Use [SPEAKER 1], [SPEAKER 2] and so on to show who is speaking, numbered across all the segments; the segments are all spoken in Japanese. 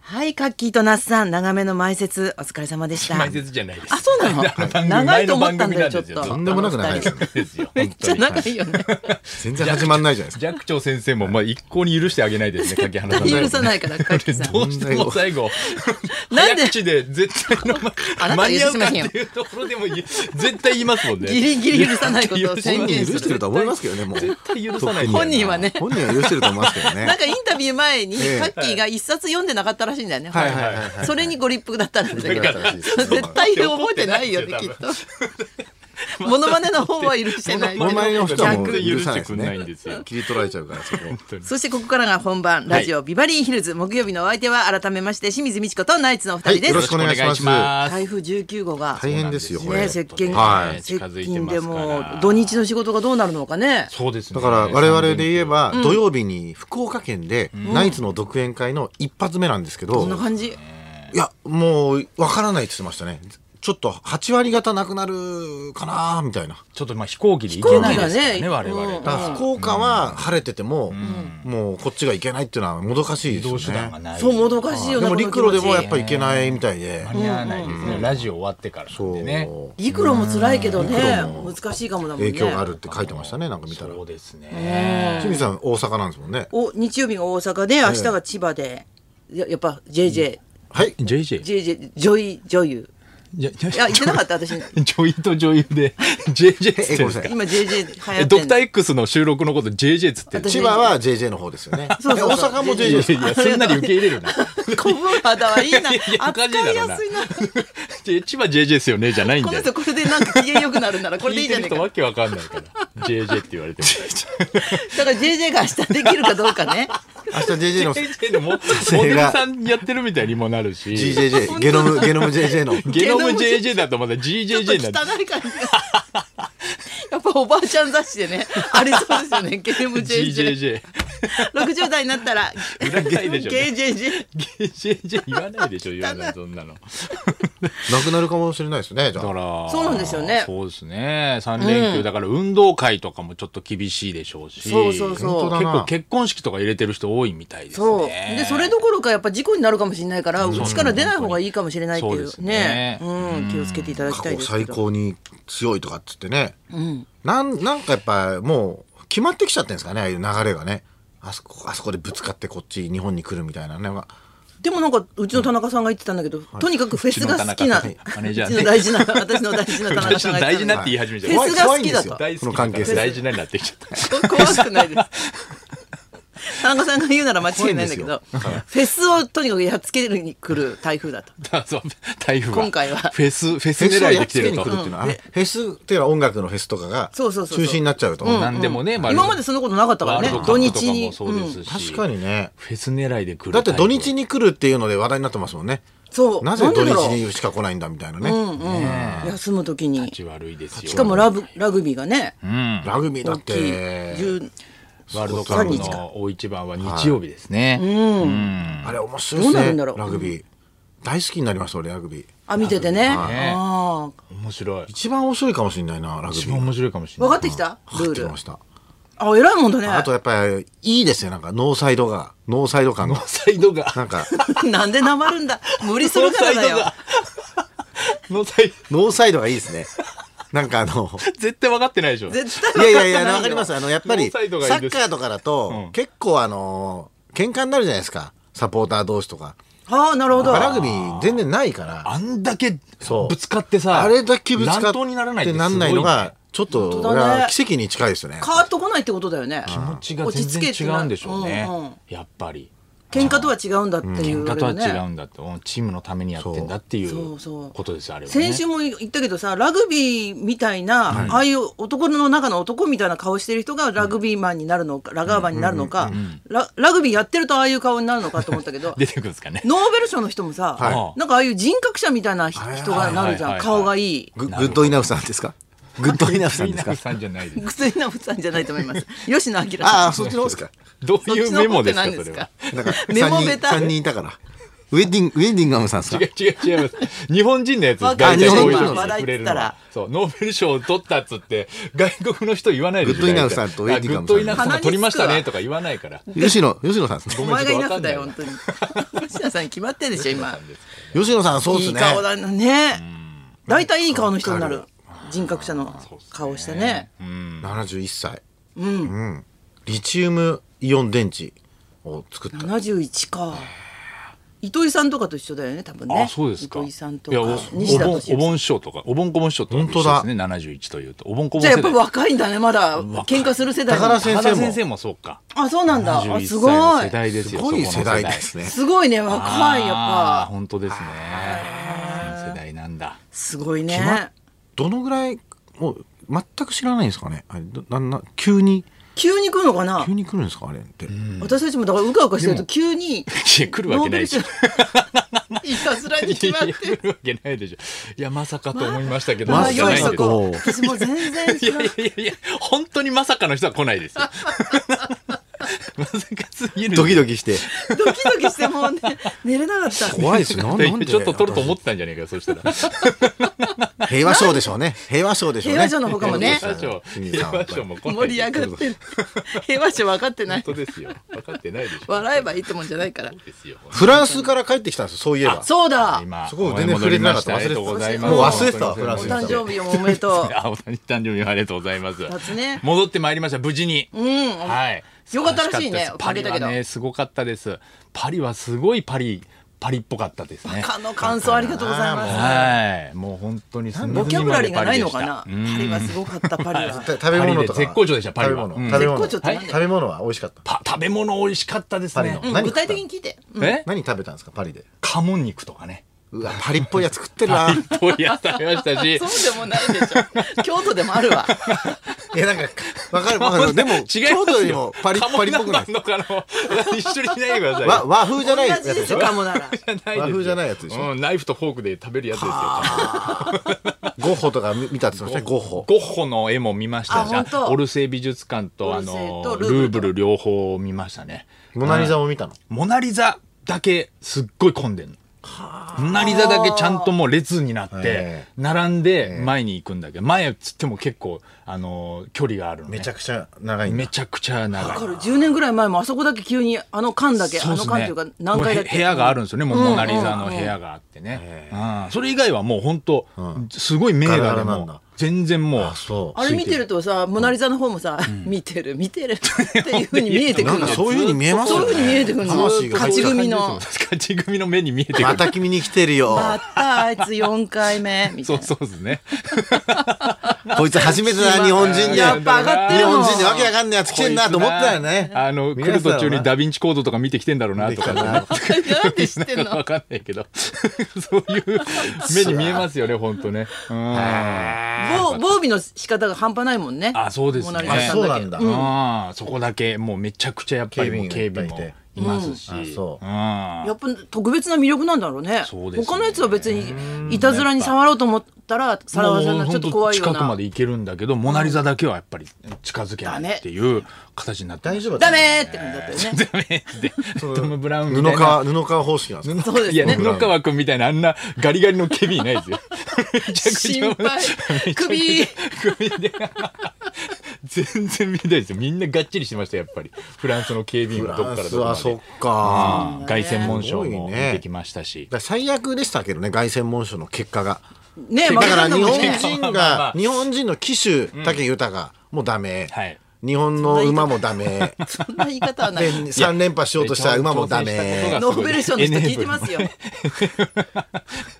[SPEAKER 1] はい、カッキーとナスさん、長めの前説、お疲れ様で した。
[SPEAKER 2] 前説じゃないです。
[SPEAKER 1] あ、そうなの
[SPEAKER 2] あの番組
[SPEAKER 1] 長いと思ったんだよ、
[SPEAKER 2] 前の番組なん
[SPEAKER 1] ちょ
[SPEAKER 2] で
[SPEAKER 1] っ
[SPEAKER 2] すよ
[SPEAKER 1] と。
[SPEAKER 2] と
[SPEAKER 1] あの
[SPEAKER 2] んで
[SPEAKER 1] 二
[SPEAKER 2] も
[SPEAKER 1] 人
[SPEAKER 2] な
[SPEAKER 1] め
[SPEAKER 2] く
[SPEAKER 1] っ
[SPEAKER 2] 長いで すよ。
[SPEAKER 1] ちゃ長いよ ね。
[SPEAKER 3] 全然始まんないじゃないですか。
[SPEAKER 2] 寂聴先生もまあ一向に許してあげないです ね、柿花さん。
[SPEAKER 1] 許さないから、カッキーさん。
[SPEAKER 2] どうしても最後、
[SPEAKER 1] なんで
[SPEAKER 2] 早口で絶対の
[SPEAKER 1] あなた
[SPEAKER 2] 間
[SPEAKER 1] は許せ
[SPEAKER 2] に合うか
[SPEAKER 1] ま
[SPEAKER 2] っ
[SPEAKER 1] せ
[SPEAKER 2] て
[SPEAKER 1] んよ
[SPEAKER 2] いうところでも言い絶対言いますもんね。
[SPEAKER 1] ギリギリ許さないことを
[SPEAKER 2] 絶対
[SPEAKER 1] 宣言
[SPEAKER 3] 許
[SPEAKER 1] する
[SPEAKER 3] してると思いますけどね、もう。
[SPEAKER 2] 絶対許さない。
[SPEAKER 1] 本人はね
[SPEAKER 3] 本人は許してると思いますけどね。
[SPEAKER 1] なんかインタビュー前に、カ
[SPEAKER 3] ええ
[SPEAKER 1] ッキーが一冊読んでなかったらしいんだよね。
[SPEAKER 3] はいはいはいはい。
[SPEAKER 1] それにご立腹だったらしいんだけど
[SPEAKER 3] だから
[SPEAKER 1] 絶対覚えてないよね、きっと。モノマネの方は許してないけど。
[SPEAKER 3] モノマネの人はもう
[SPEAKER 2] 全然許してくんないんですよ。
[SPEAKER 3] 切り取られちゃうから、そこ。
[SPEAKER 1] そしてここからが本番、ラジオビバリーヒルズ。木曜日のお相手は、改めまして、清水美智子とナイツのお二人で
[SPEAKER 3] はいよろ
[SPEAKER 1] す
[SPEAKER 3] し。くお願いします
[SPEAKER 1] 台風19号が。
[SPEAKER 3] 大変ですよ、こ
[SPEAKER 1] ね、
[SPEAKER 3] れ。
[SPEAKER 1] 接近、
[SPEAKER 3] はい
[SPEAKER 1] 接
[SPEAKER 2] 近
[SPEAKER 1] 近
[SPEAKER 2] づい
[SPEAKER 1] で
[SPEAKER 2] てます
[SPEAKER 1] も
[SPEAKER 2] から
[SPEAKER 1] う土日の仕事がどうなるのかね。
[SPEAKER 2] そうですね。
[SPEAKER 3] だから我々で言えば、土曜日に福岡県で、ナイツの独演会の一発目なんですけ
[SPEAKER 1] こ
[SPEAKER 3] ど
[SPEAKER 1] んな、感じ。
[SPEAKER 3] いや、もう、わからないって言ってましたね。ちょっと8割方なくなるかなみたいな。
[SPEAKER 2] ちょっとまあ飛行機で行けないですから
[SPEAKER 1] 飛行機
[SPEAKER 2] ね
[SPEAKER 1] が
[SPEAKER 2] 我
[SPEAKER 1] ねうん
[SPEAKER 2] 々。
[SPEAKER 3] だから福岡は晴れてても、もうこっちが行けないっていうのはもどかしい
[SPEAKER 2] 移
[SPEAKER 3] です
[SPEAKER 2] 動
[SPEAKER 3] よね。
[SPEAKER 2] 手段がない。
[SPEAKER 1] そうもどかしいよ
[SPEAKER 3] で
[SPEAKER 1] ね。
[SPEAKER 3] も陸路でもやっぱ
[SPEAKER 1] り。
[SPEAKER 3] り行けないみたいで。
[SPEAKER 2] 間に合わないですね。ラジオ終わってからなんでね。
[SPEAKER 3] そう
[SPEAKER 1] 陸路も辛いけどね
[SPEAKER 3] うん、
[SPEAKER 1] 難しいかもだもんね。
[SPEAKER 3] 影響があるって書いてましたね、なんか見たら。
[SPEAKER 2] そうです
[SPEAKER 1] ね
[SPEAKER 2] ね。
[SPEAKER 3] 清水さん、大阪なんですもんね。
[SPEAKER 1] お日曜日が大阪で、明日が千葉で、ややっぱ JJ、
[SPEAKER 3] はい。
[SPEAKER 2] JJ。
[SPEAKER 1] JJ 女優女優。
[SPEAKER 2] いや、
[SPEAKER 1] いや言ってなかった私。
[SPEAKER 2] 女優と女優 で JJ っつってるんですか
[SPEAKER 3] え
[SPEAKER 1] 今 JJ 流行ってん
[SPEAKER 2] え
[SPEAKER 1] の
[SPEAKER 2] ドクター X の収録のこと JJ っつってる
[SPEAKER 1] 私
[SPEAKER 3] 千葉は JJ の方です よね。
[SPEAKER 1] そうそうそう
[SPEAKER 3] で大阪も
[SPEAKER 2] い
[SPEAKER 3] JJ
[SPEAKER 2] や
[SPEAKER 3] です
[SPEAKER 2] いやすんなり受け入れ るな
[SPEAKER 1] 小分肌はいいな。
[SPEAKER 2] やおか
[SPEAKER 1] 扱
[SPEAKER 2] しいだ
[SPEAKER 1] い
[SPEAKER 2] ろ
[SPEAKER 1] や
[SPEAKER 2] うな
[SPEAKER 1] すいな。
[SPEAKER 2] で千葉 JJ ですよねじゃないん
[SPEAKER 1] この
[SPEAKER 2] だよ
[SPEAKER 1] 人これでなんか機嫌良くなるならこれでい
[SPEAKER 2] 聞
[SPEAKER 1] いじ
[SPEAKER 2] いて
[SPEAKER 1] ゃな
[SPEAKER 2] る
[SPEAKER 1] いか
[SPEAKER 2] 人。わけわかんないから JJ って言われて も
[SPEAKER 1] だから JJ が明日できるかどうかね。
[SPEAKER 3] 明日 JJ の、
[SPEAKER 2] JJ でもモデルさんやってるみたいにもなるし
[SPEAKER 3] GJJ、ゲノム、ゲノム JJ の。
[SPEAKER 2] ゲノム
[SPEAKER 1] ゲノム
[SPEAKER 2] JJ だとまだ
[SPEAKER 1] ちょっと
[SPEAKER 2] GJJ になって
[SPEAKER 1] 汚い感じが。 やっぱおばあちゃん雑誌でね、ありそうですよね。ゲーム JJ。
[SPEAKER 2] GJJ
[SPEAKER 1] 六十代になったら、
[SPEAKER 2] 裏切らないでしょ
[SPEAKER 1] JJ。
[SPEAKER 2] GJJ 言わないでしょ言わないそんなの
[SPEAKER 3] なくなるかもしれないですね、じゃ
[SPEAKER 2] だか
[SPEAKER 3] あ。
[SPEAKER 2] ら
[SPEAKER 1] そうなんですよね
[SPEAKER 2] そうですね3連休だから運動会とかもちょっと厳しいでしょうし
[SPEAKER 1] そうそうそ
[SPEAKER 3] 本
[SPEAKER 1] う
[SPEAKER 3] 当。だ
[SPEAKER 2] 結
[SPEAKER 3] な
[SPEAKER 2] 構結婚式とか入れてる人多いみたいですね
[SPEAKER 1] そう。で、それどころかやっぱ事故になるかもしれないから、うちから出ない方がいいかもしれないってい
[SPEAKER 2] そうで
[SPEAKER 1] う
[SPEAKER 2] す
[SPEAKER 1] ね
[SPEAKER 2] ね。
[SPEAKER 1] うん、気をつけていただき
[SPEAKER 3] 過
[SPEAKER 1] たい
[SPEAKER 3] 去
[SPEAKER 1] ですけ
[SPEAKER 3] 最
[SPEAKER 1] ど。
[SPEAKER 3] 高に強いとかっつってね。なん、なんかやっぱもう、決まってきちゃってんですかね、ああいう流れがね。あそこ、あそこでぶつかってこっち、日本に来るみたいなね。
[SPEAKER 1] でもなんか、うちの田中さんが言ってたんだけど、とにかくフェスが好きな、
[SPEAKER 2] うちの田中さんねマネ
[SPEAKER 1] うち
[SPEAKER 2] ージ ャーね
[SPEAKER 1] の大事な、私の大事な田中
[SPEAKER 2] 私
[SPEAKER 1] さん
[SPEAKER 2] の
[SPEAKER 1] が言
[SPEAKER 2] 大
[SPEAKER 1] ってたの
[SPEAKER 2] 事なっ
[SPEAKER 1] が
[SPEAKER 2] て言い始めちゃ
[SPEAKER 1] フェスが好きだと
[SPEAKER 3] 怖いんですよ
[SPEAKER 2] 大好き
[SPEAKER 3] この関係性。
[SPEAKER 2] 大事なになってきちゃった。
[SPEAKER 1] 怖くないです。田中さんが言うなら間違いないんだけど、フェスをとにかくやっつけるに来る台風だと。
[SPEAKER 2] だそう台風は
[SPEAKER 1] 今回は
[SPEAKER 2] フェスフェス
[SPEAKER 3] フェスを
[SPEAKER 2] 狙い
[SPEAKER 3] や
[SPEAKER 2] で
[SPEAKER 3] っ
[SPEAKER 2] 来
[SPEAKER 3] つ
[SPEAKER 2] てる
[SPEAKER 3] けに
[SPEAKER 2] と
[SPEAKER 3] 来るっていうのは、あれフェスっていうのは音楽のフェスとかが中
[SPEAKER 1] そうそうそうそう
[SPEAKER 3] 止になっちゃうと。
[SPEAKER 2] 何でもね、まあ
[SPEAKER 1] 今までそんなことなかったから
[SPEAKER 2] ワー
[SPEAKER 1] ね
[SPEAKER 2] ルド、カ
[SPEAKER 1] 土
[SPEAKER 2] ップと
[SPEAKER 1] 日
[SPEAKER 2] か
[SPEAKER 1] に
[SPEAKER 2] も。そうですし、
[SPEAKER 3] 確かにね。
[SPEAKER 2] フェス狙いで来る
[SPEAKER 3] だって土日
[SPEAKER 2] に
[SPEAKER 3] に来るっていうので話題になってますもんね。
[SPEAKER 1] そう。
[SPEAKER 3] なぜ
[SPEAKER 1] んで
[SPEAKER 3] 土
[SPEAKER 1] だ
[SPEAKER 3] 日
[SPEAKER 1] ろう
[SPEAKER 3] にしか来ないんだみたいなね。
[SPEAKER 1] うん休む時に。
[SPEAKER 2] 口
[SPEAKER 1] し
[SPEAKER 2] 悪いですよ
[SPEAKER 1] かもラブラグビーがね、
[SPEAKER 3] ラグビーだ
[SPEAKER 1] 大
[SPEAKER 3] っ
[SPEAKER 1] きい。
[SPEAKER 3] て、
[SPEAKER 1] 10
[SPEAKER 2] ワールドカップ
[SPEAKER 1] 3日
[SPEAKER 2] の大一番は日曜日ですね、
[SPEAKER 3] あれ面白い
[SPEAKER 1] ど
[SPEAKER 3] で
[SPEAKER 1] うなる
[SPEAKER 3] す
[SPEAKER 1] ん
[SPEAKER 3] ね。
[SPEAKER 1] だろう
[SPEAKER 3] ラグビー。大好きになりました、俺、ラグビー。
[SPEAKER 1] あ、見ててね。
[SPEAKER 2] グビーね
[SPEAKER 1] ああ
[SPEAKER 2] 面白い
[SPEAKER 3] 一番面白いかもしれないな、ラグビ
[SPEAKER 2] 一
[SPEAKER 3] ー
[SPEAKER 2] 番。面白いかもしれ
[SPEAKER 1] 分
[SPEAKER 2] な
[SPEAKER 1] か
[SPEAKER 2] い
[SPEAKER 1] ってきた
[SPEAKER 3] 分か
[SPEAKER 1] ル
[SPEAKER 3] ってき
[SPEAKER 1] ー
[SPEAKER 3] ま
[SPEAKER 1] ル
[SPEAKER 3] し。た。
[SPEAKER 1] あ、偉いもんだね。
[SPEAKER 3] あとやっぱり、いいですよ、なんか、ノーサイドが、ノーサイド感が。
[SPEAKER 2] サイドが
[SPEAKER 3] なんか、
[SPEAKER 1] なんでなまるんだ。無理するから だよ。
[SPEAKER 2] ノーサイド
[SPEAKER 3] ノーサイドがいいですね。なんかあの、
[SPEAKER 2] 絶対分かってないでしょ
[SPEAKER 1] 絶対
[SPEAKER 3] いやいやいや、
[SPEAKER 1] 分か
[SPEAKER 3] わか
[SPEAKER 1] って
[SPEAKER 3] り
[SPEAKER 1] な
[SPEAKER 3] ま
[SPEAKER 1] い
[SPEAKER 3] す。あの、やっぱり、
[SPEAKER 2] ノー
[SPEAKER 3] サ
[SPEAKER 2] サイドがいい
[SPEAKER 3] ッ
[SPEAKER 2] です
[SPEAKER 3] カーとかだと
[SPEAKER 2] うん、
[SPEAKER 3] 結構あの、喧嘩になるじゃないですか。サポーター同士とか。
[SPEAKER 1] ああ、なるほど。
[SPEAKER 3] ラグビー全然ないから、
[SPEAKER 2] あんだけ
[SPEAKER 3] そう
[SPEAKER 2] ぶつかってさ
[SPEAKER 3] あれだけぶつか
[SPEAKER 2] 乱
[SPEAKER 3] っ
[SPEAKER 2] 闘にならないってて
[SPEAKER 3] なんないのが、ちょっと
[SPEAKER 1] 本当だね
[SPEAKER 3] 俺は奇跡に近いですよね。
[SPEAKER 1] 変わってこないってことだよね。
[SPEAKER 2] 気持ちが全然違うんでしょう
[SPEAKER 1] 落ち着け
[SPEAKER 2] ね、
[SPEAKER 1] ってなうんうん
[SPEAKER 2] やっぱり
[SPEAKER 1] 喧嘩とは違うんだっていう、
[SPEAKER 2] 喧
[SPEAKER 1] ね
[SPEAKER 2] 嘩とは違うんだって、うんチームのためにやってんだってい
[SPEAKER 1] そう
[SPEAKER 2] う
[SPEAKER 1] そうそう
[SPEAKER 2] ことですよあれは、ね、
[SPEAKER 1] 先週も言ったけどさラグビーみたいな、ああいう男の中の男みたいな顔してる人がラグビーマンになるのか、ラガーマンになるのか、ララグビーやってるとああいう顔になるのかと思ったけど
[SPEAKER 2] 出てくるん です かね
[SPEAKER 1] ノーベル賞の人もさ、
[SPEAKER 2] はい
[SPEAKER 1] なんかああいう人格者みたいな人がなるじゃん、
[SPEAKER 2] はいはいはいはい
[SPEAKER 1] 顔がいい。
[SPEAKER 3] ググッドイナフさんですかグッドイナフさん
[SPEAKER 2] みん
[SPEAKER 3] です
[SPEAKER 2] な
[SPEAKER 3] か
[SPEAKER 2] さんじゃないです
[SPEAKER 1] 薬直さんじゃないと思い ます。吉野明さん。
[SPEAKER 3] ああ、そっちの方ですか
[SPEAKER 2] どう
[SPEAKER 1] そっ
[SPEAKER 2] いう
[SPEAKER 1] ちの
[SPEAKER 2] メ
[SPEAKER 1] 方
[SPEAKER 2] モ
[SPEAKER 1] って
[SPEAKER 2] ですか
[SPEAKER 1] 何
[SPEAKER 2] それは
[SPEAKER 3] なんか
[SPEAKER 1] メモ
[SPEAKER 3] 三
[SPEAKER 1] ベ
[SPEAKER 3] 人
[SPEAKER 1] タ
[SPEAKER 3] 三人いたから。ウェディングウェディンガムさんですか
[SPEAKER 2] 違う違う違います。日本人のやつ
[SPEAKER 1] わ
[SPEAKER 2] 大
[SPEAKER 1] か
[SPEAKER 3] る
[SPEAKER 2] 体こういう
[SPEAKER 3] 日本人
[SPEAKER 2] 時に触れる
[SPEAKER 3] の
[SPEAKER 1] 話題っつった
[SPEAKER 2] の
[SPEAKER 1] ら
[SPEAKER 2] は。そう、ノーベル賞を取ったっつって、外国の人言わないでしょ
[SPEAKER 3] グッドイナフ
[SPEAKER 2] 大体
[SPEAKER 3] さんとウェディンガム
[SPEAKER 2] あグ
[SPEAKER 3] さん
[SPEAKER 2] ッドイナフさんが取りましたねとか言わないから。
[SPEAKER 3] 吉野吉野さんです
[SPEAKER 1] お
[SPEAKER 3] ね
[SPEAKER 1] 前がいな
[SPEAKER 2] わか
[SPEAKER 1] く
[SPEAKER 2] ん
[SPEAKER 1] だ
[SPEAKER 2] ない
[SPEAKER 1] よ本当に吉田さんに決 まってんでしょ今
[SPEAKER 3] 吉野さんそうで
[SPEAKER 1] い
[SPEAKER 3] す
[SPEAKER 1] い
[SPEAKER 3] ね
[SPEAKER 1] 顔だね大体いい顔の人になる人格者の顔したね
[SPEAKER 3] 71歳うんリチウムイオン電池を作った
[SPEAKER 1] 71か糸井さんとかと一緒だよね多分ね
[SPEAKER 2] あ、そうですか。
[SPEAKER 1] 糸井さんと
[SPEAKER 2] いや、お
[SPEAKER 1] か西田
[SPEAKER 2] お盆
[SPEAKER 1] 敏行
[SPEAKER 2] お盆師匠とか、お盆顧問師匠と
[SPEAKER 3] 本当
[SPEAKER 2] 一
[SPEAKER 3] だ
[SPEAKER 2] 緒ですね、71というと。お盆顧問
[SPEAKER 1] じゃあやっ
[SPEAKER 2] 世
[SPEAKER 1] ぱ
[SPEAKER 2] 代。
[SPEAKER 1] 若いんだねまだ喧嘩する世代
[SPEAKER 3] だから先生も
[SPEAKER 2] 原先生もそうか。
[SPEAKER 1] あそうなんだあ
[SPEAKER 2] 71
[SPEAKER 1] す
[SPEAKER 2] 歳
[SPEAKER 1] ご
[SPEAKER 2] の
[SPEAKER 1] い
[SPEAKER 2] 世代です
[SPEAKER 3] す
[SPEAKER 2] よ。
[SPEAKER 3] ごい
[SPEAKER 2] そこ
[SPEAKER 3] 世
[SPEAKER 2] の
[SPEAKER 3] 代ですね
[SPEAKER 1] すごいね若いやっ
[SPEAKER 2] あー
[SPEAKER 1] ぱ
[SPEAKER 2] 本当ですね。世代なんだ。
[SPEAKER 1] すごい
[SPEAKER 3] 決まっ
[SPEAKER 1] ね
[SPEAKER 3] どのぐらいもう全く知らないんですかねあれどなんな急に
[SPEAKER 1] 急に来るのかな
[SPEAKER 3] 急に来るんですかあれって
[SPEAKER 1] 私たちもだからうかうかしてると急に
[SPEAKER 2] いや、来るわけないでしょ。
[SPEAKER 1] いたずらに決まっ
[SPEAKER 2] いやいや
[SPEAKER 1] て
[SPEAKER 2] 来るわけないでしょ。いや、まさかと思いましたけど、
[SPEAKER 1] ま
[SPEAKER 3] あ
[SPEAKER 1] あ
[SPEAKER 2] じ
[SPEAKER 1] よ
[SPEAKER 2] ゃないいん
[SPEAKER 1] そ
[SPEAKER 2] です
[SPEAKER 3] よ
[SPEAKER 1] こ私も全然
[SPEAKER 2] い
[SPEAKER 1] 知ら
[SPEAKER 2] や
[SPEAKER 1] ないい
[SPEAKER 2] やいやいや、本当にまさかの人は来ないですよ。まさかすぎる。
[SPEAKER 3] ドキドキして
[SPEAKER 1] ドキドキしてもうね寝れなかった
[SPEAKER 3] 怖いで すねなんなんで
[SPEAKER 2] ちょっと撮ると思ってたんじゃねえかよ、そしたら。
[SPEAKER 3] 平和賞でしょうね平和賞でしょうね
[SPEAKER 1] 平和賞の他もね
[SPEAKER 2] 平和賞
[SPEAKER 3] 清水
[SPEAKER 2] 平
[SPEAKER 3] さん
[SPEAKER 2] 和賞も来ない
[SPEAKER 1] 盛り上がってる平和賞分かってない
[SPEAKER 2] 本当ですよ。分かってないでしょ。
[SPEAKER 1] 笑えばいいってもんじゃないから
[SPEAKER 2] そうですよ。
[SPEAKER 3] フランスから帰ってきたんですよそういえば
[SPEAKER 1] そうだ
[SPEAKER 2] 今、
[SPEAKER 3] そこ全然触れてなかった
[SPEAKER 2] お前戻りましありがと
[SPEAKER 1] も
[SPEAKER 2] う
[SPEAKER 1] う
[SPEAKER 2] ございます
[SPEAKER 3] 忘れてたわフラン
[SPEAKER 1] お
[SPEAKER 3] ス
[SPEAKER 1] 誕生日おめでと
[SPEAKER 2] あ、お誕生日おめでとうありがとうございます。
[SPEAKER 1] 夏ね
[SPEAKER 2] 戻ってまいりました、無事に。
[SPEAKER 1] ううん
[SPEAKER 2] はい。
[SPEAKER 1] よかったらしいね
[SPEAKER 2] 素晴らか
[SPEAKER 1] パ
[SPEAKER 2] ったです
[SPEAKER 1] リだけ
[SPEAKER 2] パリ
[SPEAKER 1] ど
[SPEAKER 2] はね、すごかったです。パリはすごいパリ、パリっぽかったですね。
[SPEAKER 1] 他の感想ありがとうございま
[SPEAKER 2] はい。もう本当にす
[SPEAKER 1] す
[SPEAKER 2] ん
[SPEAKER 1] ボキャブラリーがないのかな
[SPEAKER 2] う
[SPEAKER 1] パ
[SPEAKER 2] ん
[SPEAKER 1] リはすごかったパリは
[SPEAKER 3] た食べ物とか
[SPEAKER 2] パリで絶好調でしたパリは
[SPEAKER 3] 食べ
[SPEAKER 2] うん
[SPEAKER 3] 物食べ物
[SPEAKER 1] 絶好調って何
[SPEAKER 3] 食べ物は美味しかった
[SPEAKER 2] パ食べ物美味しかったですね
[SPEAKER 3] パ。リ
[SPEAKER 1] う
[SPEAKER 3] の
[SPEAKER 1] ん
[SPEAKER 3] 何
[SPEAKER 1] 具体的に聞いてうん
[SPEAKER 2] え
[SPEAKER 3] 何食べたんですかパリで
[SPEAKER 2] カモン肉とか ね。
[SPEAKER 3] うわパリっぽいやつ食ってるな
[SPEAKER 2] とやってました し。
[SPEAKER 1] そうでもないでしょ京都でもあるわ
[SPEAKER 3] いやなんかわかるわかるでも
[SPEAKER 2] 違いますよ
[SPEAKER 3] 京都よりもパリパリっぽくない
[SPEAKER 2] カモンなん とかの一緒にしないでくださいよ。
[SPEAKER 3] わ和風じゃないや
[SPEAKER 1] 同
[SPEAKER 3] つ
[SPEAKER 1] じ
[SPEAKER 3] で
[SPEAKER 1] です
[SPEAKER 3] しょ
[SPEAKER 1] かもなら
[SPEAKER 2] じゃないですよ
[SPEAKER 3] 和風じゃないやつでしょ
[SPEAKER 2] うん、ナイフとフォークで食べるやつですよ。
[SPEAKER 3] ゴッホとか見見たって言ってましたねゴッホ
[SPEAKER 2] ゴッホの絵も見ましたし
[SPEAKER 1] あ本当
[SPEAKER 2] オルセー美術館と
[SPEAKER 1] オ
[SPEAKER 2] あ
[SPEAKER 1] ルセー
[SPEAKER 2] の
[SPEAKER 1] とルーブル
[SPEAKER 2] ルーブル両方見ましたね
[SPEAKER 3] モナリザも見たの
[SPEAKER 2] モナ・リザだけすっごい混んでんのモナ・リザだけちゃんともう列になって
[SPEAKER 3] え
[SPEAKER 2] 並んで前に行くんだけど前っつっても結構あの距離があるのね
[SPEAKER 3] めちゃくちゃ長いんだ
[SPEAKER 2] めちゃくちゃ長
[SPEAKER 1] わ
[SPEAKER 2] い
[SPEAKER 1] かる10年ぐらい前もあそこだけ急にあの間だけ、
[SPEAKER 2] そ
[SPEAKER 1] あの
[SPEAKER 2] うです
[SPEAKER 1] 間というか何階だっけ
[SPEAKER 2] もう部部屋があるんですよね、もうモナ・リザ
[SPEAKER 1] う
[SPEAKER 2] の
[SPEAKER 1] ん
[SPEAKER 2] 部
[SPEAKER 1] うんうん
[SPEAKER 2] 屋があってね、うんそれ以外はもう本当、すごい名
[SPEAKER 3] ガ
[SPEAKER 2] 画
[SPEAKER 3] ラガ
[SPEAKER 2] で
[SPEAKER 3] ラなんだ
[SPEAKER 2] も全然もう
[SPEAKER 3] あそう
[SPEAKER 1] あれ見てるとさモナ・リザの方もさ、見てる見てるっていうふうに見えてく
[SPEAKER 3] な
[SPEAKER 1] る
[SPEAKER 3] ん
[SPEAKER 1] の
[SPEAKER 3] かそういう風に見えます
[SPEAKER 1] そう
[SPEAKER 3] よ
[SPEAKER 1] いうふうに見えて
[SPEAKER 3] ね
[SPEAKER 1] くるの
[SPEAKER 3] 魂が
[SPEAKER 1] 勝ち組の
[SPEAKER 2] 勝ち組の目に見えてくる
[SPEAKER 3] また君に来てるよ
[SPEAKER 1] またあいつ4回目みた
[SPEAKER 2] そ
[SPEAKER 1] いうな
[SPEAKER 2] そうですね。
[SPEAKER 3] こいつ初めてだ日本人に
[SPEAKER 1] やっぱ上がって
[SPEAKER 3] 日
[SPEAKER 1] るも
[SPEAKER 3] 本
[SPEAKER 1] ん
[SPEAKER 3] 人にわけわかんないやつ来てんなと思ってたよね
[SPEAKER 2] あの、来る途中にダヴィンチコードとか見てきてんだろうなとかね。
[SPEAKER 3] な
[SPEAKER 1] なんで知ってん
[SPEAKER 2] なんか
[SPEAKER 1] の
[SPEAKER 2] わかんないけど。 そういう目に見えますよね、ほんとね。うん。
[SPEAKER 1] 防防備の仕方が半端ないもんね
[SPEAKER 2] あそうですね
[SPEAKER 1] モナリ
[SPEAKER 3] あ
[SPEAKER 1] ザさ
[SPEAKER 3] そ
[SPEAKER 1] ん
[SPEAKER 3] う
[SPEAKER 1] だ
[SPEAKER 3] な
[SPEAKER 1] け
[SPEAKER 3] んだ
[SPEAKER 2] ああ、そこだけ、もうめちゃくちゃやっぱりもう警
[SPEAKER 3] 警
[SPEAKER 2] 備
[SPEAKER 3] 備
[SPEAKER 2] も
[SPEAKER 3] 員がいっぱい
[SPEAKER 2] い
[SPEAKER 3] いて
[SPEAKER 2] ますし。
[SPEAKER 3] うんあそう
[SPEAKER 1] や
[SPEAKER 2] ん。
[SPEAKER 1] っぱ特別な魅力なんだろうね
[SPEAKER 2] そうですね
[SPEAKER 1] 他のやつは別にいたずらに触ろうと思ったら触らざるのちょっと怖いよう
[SPEAKER 2] もうほんと近く
[SPEAKER 1] な
[SPEAKER 2] まで行けるんだけど、モナリザだけはやっぱり近づけないっていう形になってま
[SPEAKER 3] 大
[SPEAKER 2] す。
[SPEAKER 3] 丈夫
[SPEAKER 1] ダ
[SPEAKER 3] だ
[SPEAKER 1] メーって感じだったよね
[SPEAKER 2] ダメって。 トム・ブラウンみたい
[SPEAKER 3] 布
[SPEAKER 2] な
[SPEAKER 3] 川布川方式なんですか
[SPEAKER 1] そうです
[SPEAKER 2] いや、
[SPEAKER 1] ね
[SPEAKER 2] 布川君みたいなあんなガリガリのケビいないですよ。めちゃくちゃ
[SPEAKER 1] 心配首
[SPEAKER 2] 首で。全然見ないですよ。みんながっちりしてました、やっぱり。フランスの警備員がどこからどこま
[SPEAKER 3] あ
[SPEAKER 2] で。
[SPEAKER 3] そっか
[SPEAKER 2] うん凱旋門賞
[SPEAKER 3] すご
[SPEAKER 2] も
[SPEAKER 3] い
[SPEAKER 2] 見
[SPEAKER 3] ね
[SPEAKER 2] てきましたし
[SPEAKER 3] だか。ら最悪でしたけどね凱旋門賞の結果が
[SPEAKER 1] ね
[SPEAKER 3] だか
[SPEAKER 1] 負けた
[SPEAKER 3] ら
[SPEAKER 1] んだ
[SPEAKER 3] 日
[SPEAKER 1] もん
[SPEAKER 3] 本
[SPEAKER 1] ね
[SPEAKER 3] 人
[SPEAKER 2] まあま
[SPEAKER 3] が
[SPEAKER 2] あ
[SPEAKER 3] 日本人の騎手武豊がもうダメ
[SPEAKER 2] はい
[SPEAKER 3] 日本の馬もダメ
[SPEAKER 1] そんな言い方は ない
[SPEAKER 3] で三連覇しようとした馬もダメ
[SPEAKER 1] ノーベル賞の人聞いてますよ。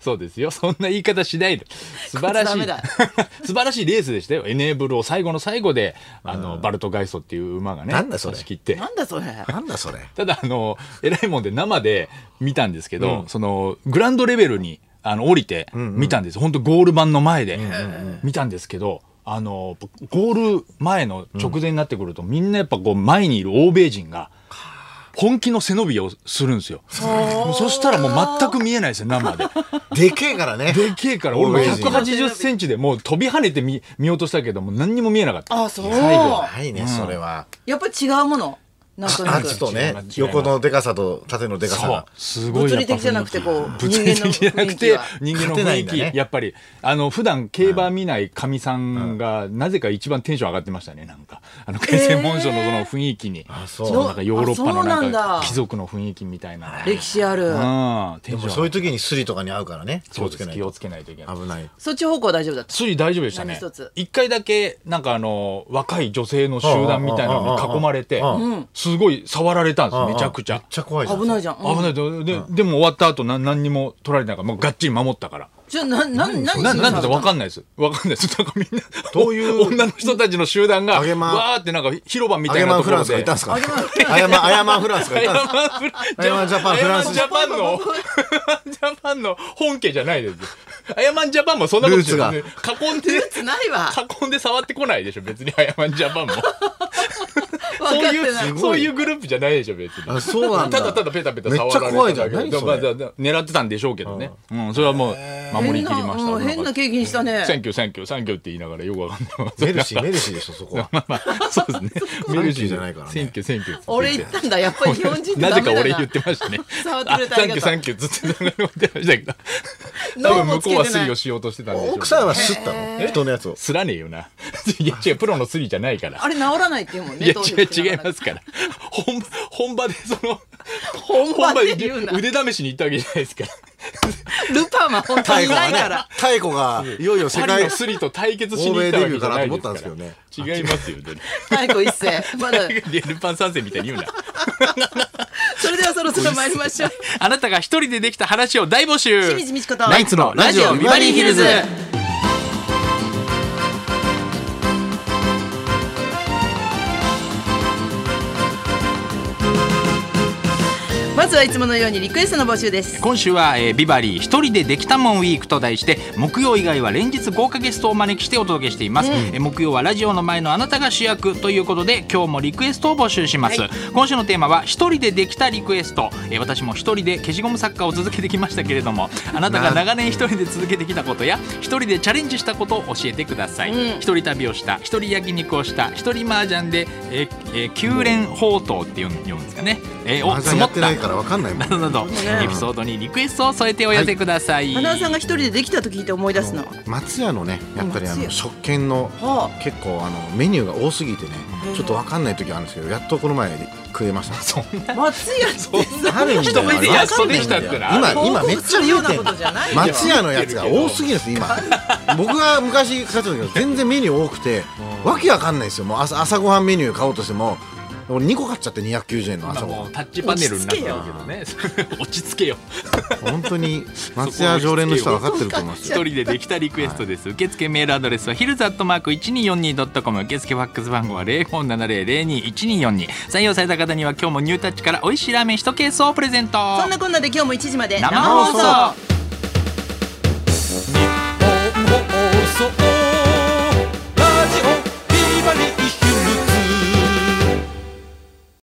[SPEAKER 2] そうですよ。そんな言い方しないで。素晴らし
[SPEAKER 1] こい
[SPEAKER 2] い
[SPEAKER 1] つダメだ。
[SPEAKER 2] 素晴らしいレースでしたよ。エネーブルを最後の最後で、あの、バルトガイソっていう馬がね、
[SPEAKER 3] なんだそれ
[SPEAKER 2] 差し切って。
[SPEAKER 1] なんだそれ。
[SPEAKER 3] なんだそれ
[SPEAKER 2] ただあの偉いもんで生で見たんですけど、そのグラウンドレベルにあの降りて見たんです、本当ゴール板の前で見たんですけど、あのゴール前の直前になってくると、みんなやっぱこう前にいる欧米人が本気の背伸びをするんですよ。もうそしたらもう全く見えないですよ生 で。
[SPEAKER 3] でけえからね
[SPEAKER 2] でけえから俺も
[SPEAKER 3] 欧米人
[SPEAKER 2] 180センチでもう飛び跳ねて見見落としたけどもう何にも見えなかった。
[SPEAKER 1] あ、そう。
[SPEAKER 3] ないね
[SPEAKER 2] うん
[SPEAKER 3] それは
[SPEAKER 1] やっぱ違うもの。なんとなく
[SPEAKER 3] 圧とね
[SPEAKER 2] 違います
[SPEAKER 3] 横のでかさと縦のでかさ
[SPEAKER 2] そう
[SPEAKER 3] が
[SPEAKER 2] すごい
[SPEAKER 1] 物
[SPEAKER 2] やっぱ
[SPEAKER 1] 理的じゃなくてこう
[SPEAKER 2] 物
[SPEAKER 1] 人
[SPEAKER 2] 理
[SPEAKER 1] 間の
[SPEAKER 2] 的じゃな
[SPEAKER 1] 雰
[SPEAKER 2] く
[SPEAKER 1] 囲気
[SPEAKER 2] て
[SPEAKER 1] は
[SPEAKER 2] 人間の
[SPEAKER 3] 勝てな
[SPEAKER 2] 雰
[SPEAKER 3] い
[SPEAKER 2] 囲
[SPEAKER 3] んだ
[SPEAKER 2] 気、
[SPEAKER 3] ね
[SPEAKER 2] やっぱりあの普段競馬見ないかみさんがなぜか一番テンション上がってましたねなんかあの海鮮本書のその雰囲気に、
[SPEAKER 3] あ
[SPEAKER 2] その
[SPEAKER 3] そ
[SPEAKER 2] なんかヨーロッパのな
[SPEAKER 1] あそ
[SPEAKER 2] ん
[SPEAKER 1] うな
[SPEAKER 2] か
[SPEAKER 1] んだ
[SPEAKER 2] 貴族の雰囲気みたいな
[SPEAKER 1] 歴史ある
[SPEAKER 2] うんテ
[SPEAKER 3] う
[SPEAKER 2] ンショ
[SPEAKER 3] でも
[SPEAKER 2] ン
[SPEAKER 3] そういう時にスリとかに合うからね気
[SPEAKER 2] そう
[SPEAKER 3] を
[SPEAKER 2] です
[SPEAKER 3] つけない
[SPEAKER 2] 気を
[SPEAKER 3] と
[SPEAKER 2] つけないといけない
[SPEAKER 3] 危ない
[SPEAKER 1] そっち方向は大丈夫だった
[SPEAKER 2] つい大丈夫でしたね
[SPEAKER 1] 何一つ
[SPEAKER 2] 一回だけなんかあの若い女性の集団みたいなのに囲まれて
[SPEAKER 3] うんうん
[SPEAKER 2] すごい触られたんですめちゃくち
[SPEAKER 3] め
[SPEAKER 2] ゃ
[SPEAKER 3] っちゃ怖いじゃん
[SPEAKER 1] 危ないじゃん、
[SPEAKER 2] 危ないでででも終わった後な何にも取られてないからもうがっちり守ったから
[SPEAKER 1] じゃなな何
[SPEAKER 2] ななんだか分
[SPEAKER 1] ん
[SPEAKER 2] かんないです分かんないですなんかみんな
[SPEAKER 3] どういう
[SPEAKER 2] お女の人たちの集団がわ
[SPEAKER 3] 揚げまん
[SPEAKER 2] ーってなんか広場み
[SPEAKER 3] ア
[SPEAKER 2] た
[SPEAKER 3] ヤ
[SPEAKER 2] い
[SPEAKER 3] マ
[SPEAKER 2] な
[SPEAKER 3] ン
[SPEAKER 2] とこ
[SPEAKER 3] フラ
[SPEAKER 2] ろ
[SPEAKER 3] ンスが
[SPEAKER 2] で
[SPEAKER 3] いたんですかアヤマンアヤマンフランスがいたんですか
[SPEAKER 2] アヤマンフラン
[SPEAKER 3] アヤマンジャパンフラン
[SPEAKER 2] アヤ
[SPEAKER 3] ス
[SPEAKER 2] マジャパンの、アヤマンジャパンの本家じゃないです。アヤマンジャパンもそんなことしてない
[SPEAKER 3] ル
[SPEAKER 2] 囲んで、
[SPEAKER 1] ないわ
[SPEAKER 2] 囲んで触ってこないでしょ、別にアヤマンジャパンも。
[SPEAKER 1] 分かっ
[SPEAKER 2] そう
[SPEAKER 1] て
[SPEAKER 2] い
[SPEAKER 1] な
[SPEAKER 2] う、
[SPEAKER 1] い
[SPEAKER 2] そういうグループじゃないでしょ、別に。
[SPEAKER 3] あそうなんだ
[SPEAKER 2] ただただペタペタ
[SPEAKER 3] めっ
[SPEAKER 2] 触
[SPEAKER 3] ちゃ
[SPEAKER 2] られ
[SPEAKER 3] 怖いじゃ
[SPEAKER 2] た
[SPEAKER 3] ん
[SPEAKER 2] だけ
[SPEAKER 3] 何
[SPEAKER 2] で、
[SPEAKER 3] そ
[SPEAKER 2] まあ、
[SPEAKER 3] れ
[SPEAKER 2] だだ狙ってたんでしょうけどね。うん、それはもう、守
[SPEAKER 1] 変
[SPEAKER 2] り
[SPEAKER 1] な
[SPEAKER 2] 切りました。
[SPEAKER 1] うん変な経験したね
[SPEAKER 2] センキュー、センキュー、センキューって言いながらよくわかんない。
[SPEAKER 3] メルシーメルシーでしょそこは
[SPEAKER 2] まあまあ、そうですね。
[SPEAKER 3] メ
[SPEAKER 2] メ
[SPEAKER 3] ル
[SPEAKER 2] ル
[SPEAKER 3] シ
[SPEAKER 2] シ
[SPEAKER 3] ー
[SPEAKER 2] ー
[SPEAKER 3] じゃないからね
[SPEAKER 2] センキュー、センキューって言って。
[SPEAKER 1] 俺言ったんだやっぱり日本人って
[SPEAKER 2] な
[SPEAKER 1] ダ
[SPEAKER 2] ぜ
[SPEAKER 1] メ
[SPEAKER 2] か
[SPEAKER 1] だな
[SPEAKER 2] 俺言ってましたね。
[SPEAKER 1] 触ってくれてあ
[SPEAKER 2] あサ
[SPEAKER 1] りがと
[SPEAKER 2] ンキュー
[SPEAKER 1] う
[SPEAKER 2] サンキューずっと流れてましたけど。多分向こうはスリをしようとしてたんでしょうね
[SPEAKER 3] 奥さんはすったの人のやつを
[SPEAKER 2] すらねえよな。いや違う、プロのスリじゃないから。
[SPEAKER 1] あれ治らないって言うもんね
[SPEAKER 2] いや
[SPEAKER 1] 当時
[SPEAKER 2] 違う違いますすから。本本場でその
[SPEAKER 1] 本場で言うな
[SPEAKER 2] 本場で腕試しに行ったわけじゃないですから。
[SPEAKER 1] ルパンは本当にいないから
[SPEAKER 3] 太鼓がいよいよ世
[SPEAKER 2] パリ
[SPEAKER 3] 界
[SPEAKER 2] のスリと対決し
[SPEAKER 3] 欧
[SPEAKER 2] に行っ
[SPEAKER 3] 米
[SPEAKER 2] た
[SPEAKER 3] デ
[SPEAKER 2] わ
[SPEAKER 3] ビ
[SPEAKER 2] け
[SPEAKER 3] ュー
[SPEAKER 2] じゃ
[SPEAKER 3] かな
[SPEAKER 2] ない
[SPEAKER 3] と
[SPEAKER 2] です
[SPEAKER 3] 思った
[SPEAKER 2] か
[SPEAKER 3] んですけどね
[SPEAKER 2] ら。違いますよ。でも
[SPEAKER 1] 太鼓一世まだ
[SPEAKER 2] いやルパン三世みたいに言うな。
[SPEAKER 1] それではそろそろ参りましょう
[SPEAKER 2] あなたが一人でできた話を大募集
[SPEAKER 1] 清水美智子と
[SPEAKER 2] ナイツのラジオビバリーヒルズ
[SPEAKER 1] まずはいつものようにリクエストの募集です
[SPEAKER 2] 今週は、えービバリー一人でできたもんウィークと題して木曜以外は連日豪華ゲストをお招きしてお届けしています、えー木曜はラジオの前のあなたが主役ということで今日もリクエストを募集します、
[SPEAKER 1] はい
[SPEAKER 2] 今週のテーマは一人でできたリクエスト、えー私も一人で消しゴム作家を続けてきましたけれどもあなたが長年一人で続けてきたことや一人でチャレンジしたことを教えてください、
[SPEAKER 1] うん
[SPEAKER 2] 一人旅をした一人焼肉をした一人麻雀で、えーえー九連宝刀って読む読むんですかね、えーを
[SPEAKER 3] 麻
[SPEAKER 2] 積も
[SPEAKER 3] 雀や
[SPEAKER 2] っ
[SPEAKER 3] ってな
[SPEAKER 2] た
[SPEAKER 3] いからわかんないも
[SPEAKER 2] なんどなど、
[SPEAKER 1] ね
[SPEAKER 2] エピソードにリクエストを添えてお寄せください。
[SPEAKER 1] 花尾さんが一人でできたと聞いて思い出すのは
[SPEAKER 3] 松屋のねやっぱりあ
[SPEAKER 1] 松
[SPEAKER 3] の
[SPEAKER 1] 屋
[SPEAKER 3] 食券の
[SPEAKER 1] あ
[SPEAKER 3] 結構あのメニューが多すぎてね
[SPEAKER 1] うん
[SPEAKER 3] ちょっとわかんない時あるんですけどやっとこの前食えました
[SPEAKER 2] そんな
[SPEAKER 1] 松屋って
[SPEAKER 3] あるんだよ
[SPEAKER 2] 一人でやっとできたってのは
[SPEAKER 3] 今今めっち
[SPEAKER 1] 報告す
[SPEAKER 3] ゃ増
[SPEAKER 1] るようなことじゃない
[SPEAKER 3] えて
[SPEAKER 1] よ
[SPEAKER 3] 松屋のやつが多すぎるんです今僕が昔買ってた時は全然メニュー多くてわけわかんないですよもう朝朝ごはんメニュー買おうとしても俺2個買っちゃって290円の
[SPEAKER 2] 今
[SPEAKER 3] 朝ごは
[SPEAKER 2] も
[SPEAKER 3] ん
[SPEAKER 2] うタッチパネルになってるけどね。 落ち着けよ。
[SPEAKER 3] 本当に松屋常連の人は分かってると思いま
[SPEAKER 2] 一
[SPEAKER 3] すよ
[SPEAKER 2] 人でできたリクエストです。受付メールアドレスはヒルズアットマーク一二四二ドットコム。受付ファックス番号は零本七零零二一二四二。採用された方には今日もニュータッチから美味しいラーメン一ケースをプレゼント。
[SPEAKER 1] そんなこんなで今日も1時まで
[SPEAKER 2] 生放送。